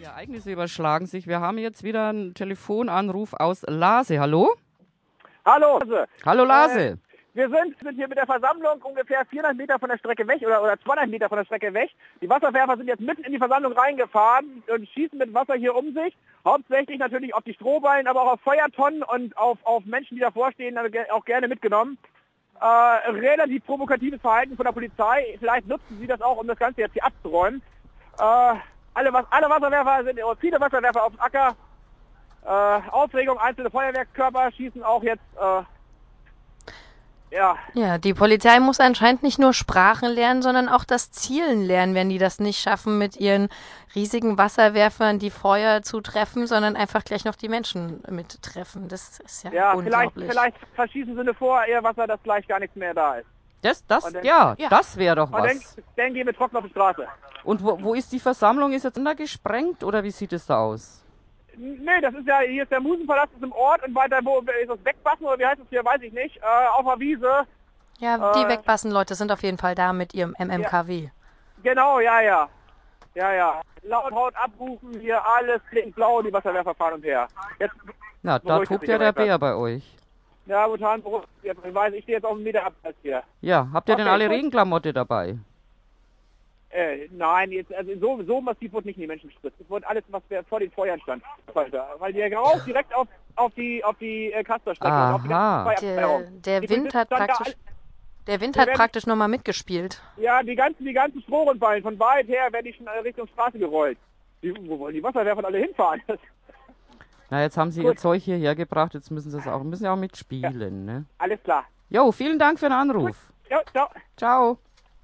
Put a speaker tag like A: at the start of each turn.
A: Die Ereignisse überschlagen sich. Wir haben jetzt wieder einen Telefonanruf aus Lase. Hallo?
B: Hallo. Lase.
A: Hallo Lase.
B: Wir sind, sind hier mit der Versammlung ungefähr 400 Meter von der Strecke weg oder, oder 200 Meter von der Strecke weg. Die Wasserwerfer sind jetzt mitten in die Versammlung reingefahren und schießen mit Wasser hier um sich. Hauptsächlich natürlich auf die Strohballen, aber auch auf Feuertonnen und auf, auf Menschen, die davor stehen, also ge- auch gerne mitgenommen. Äh, relativ provokatives Verhalten von der Polizei. Vielleicht nutzen sie das auch, um das Ganze jetzt hier abzuräumen. Äh, alle, Was- alle Wasserwerfer sind, oder viele Wasserwerfer auf dem Acker. Äh, Aufregung, einzelne Feuerwerkskörper schießen auch jetzt, äh, ja,
C: Ja, die Polizei muss anscheinend nicht nur Sprachen lernen, sondern auch das Zielen lernen, wenn die das nicht schaffen, mit ihren riesigen Wasserwerfern die Feuer zu treffen, sondern einfach gleich noch die Menschen mittreffen. Das ist ja,
B: Ja, vielleicht,
C: unglaublich.
B: vielleicht verschießen sie eine Vorerwasser, dass gleich gar nichts mehr da ist.
A: Das, das,
B: Und dann-
A: ja,
C: Ja.
A: das wäre doch
B: Und dann,
A: was.
B: dann gehen wir trocken auf die Straße.
A: Und wo, wo ist die Versammlung? Ist jetzt untergesprengt oder wie sieht es da aus?
B: N- Nee, das ist ja, hier ist der Musenpalast ist im Ort und weiter, wo ist das Wegbassen oder wie heißt das hier, weiß ich nicht, äh, auf der Wiese.
C: Ja, die
B: äh,
C: wegpassen Leute sind auf jeden Fall da mit ihrem MMKW.
B: Genau, ja, ja. Ja, ja. Laut Haut abrufen, hier alles klingt blau, die Wasserwerfer fahren und her. Jetzt,
A: Na, da
B: Beruhigt
A: tobt
B: mich
A: ja
B: aber
A: der
B: etwas.
A: Bär bei euch.
B: ja, momentan, beruhigt- jetzt- ich weiß, ich stehe jetzt auf dem Meter abseits hier.
A: Ja, habt ihr denn
B: Okay,
A: alle
B: gut.
A: Regenklamotte dabei?
B: Äh, nein, jetzt, also so, so massiv wurde nicht in die Menschen gespritzt. Es wurde alles, was wir vor den Feuern stand, weiter. Weil der Rauch direkt auf, auf die, auf die äh, Kasterstrecke und auf die
A: Aha.
B: ganzen
C: Der,
B: Feuerabteilungen.
C: der
B: Die
C: Wind hat
B: stand da
C: praktisch, der Wind
B: Wir
C: hat
B: werden-
C: praktisch nochmal mitgespielt.
B: All, ja, die ganzen, die ganzen Strohrundballen von weit her werden die schon alle Richtung Straße gerollt. Die, wo wollen die Wasserwerfer alle hinfahren?
A: Na, jetzt haben sie ihr
B: Gut.
A: Zeug hierher gebracht, jetzt müssen sie es auch, müssen ja auch mitspielen, ne?
B: alles klar.
A: Jo, vielen Dank für den Anruf.
B: Ja, ciao.
A: Ciao.